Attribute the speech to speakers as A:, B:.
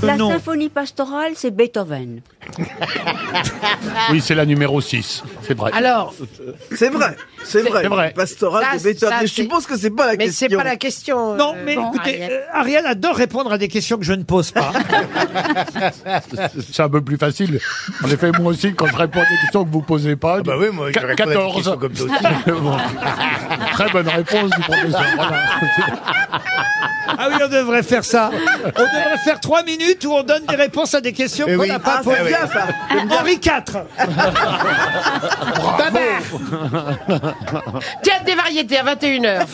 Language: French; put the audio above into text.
A: La
B: non.
A: symphonie pastorale, c'est Beethoven.
B: Oui, c'est la numéro 6, c'est vrai.
C: Alors,
D: C'est vrai, c'est vrai.
B: C'est vrai.
D: Pastoral
C: Ça,
D: de Beethoven.
C: ça,
D: Mais je
C: c'est-
D: suppose que c'est pas la
C: mais
D: question.
C: c'est pas la question.
E: Non,
C: euh,
E: mais
C: bon,
E: écoutez,
C: Ariel.
E: euh, Ariel adore répondre à des questions que je ne pose pas.
B: C'est un peu plus facile. En effet, moi aussi, quand je réponds à des questions que vous posez pas.
F: bah oui, moi, je
B: Qu-
F: réponds à des
B: 14.
F: questions comme ça
B: Bon. Très bonne réponse du professeur. Voilà.
E: ah oui, on devrait faire ça. On devrait faire trois minutes où on donne des réponses à des questions
F: Eh
E: qu'on
F: oui.
E: n'a
D: Ah,
E: pas
D: c'est
E: posées.
D: bien ça.
E: Henri IV.
C: Babar Théâtre des variétés à 21h.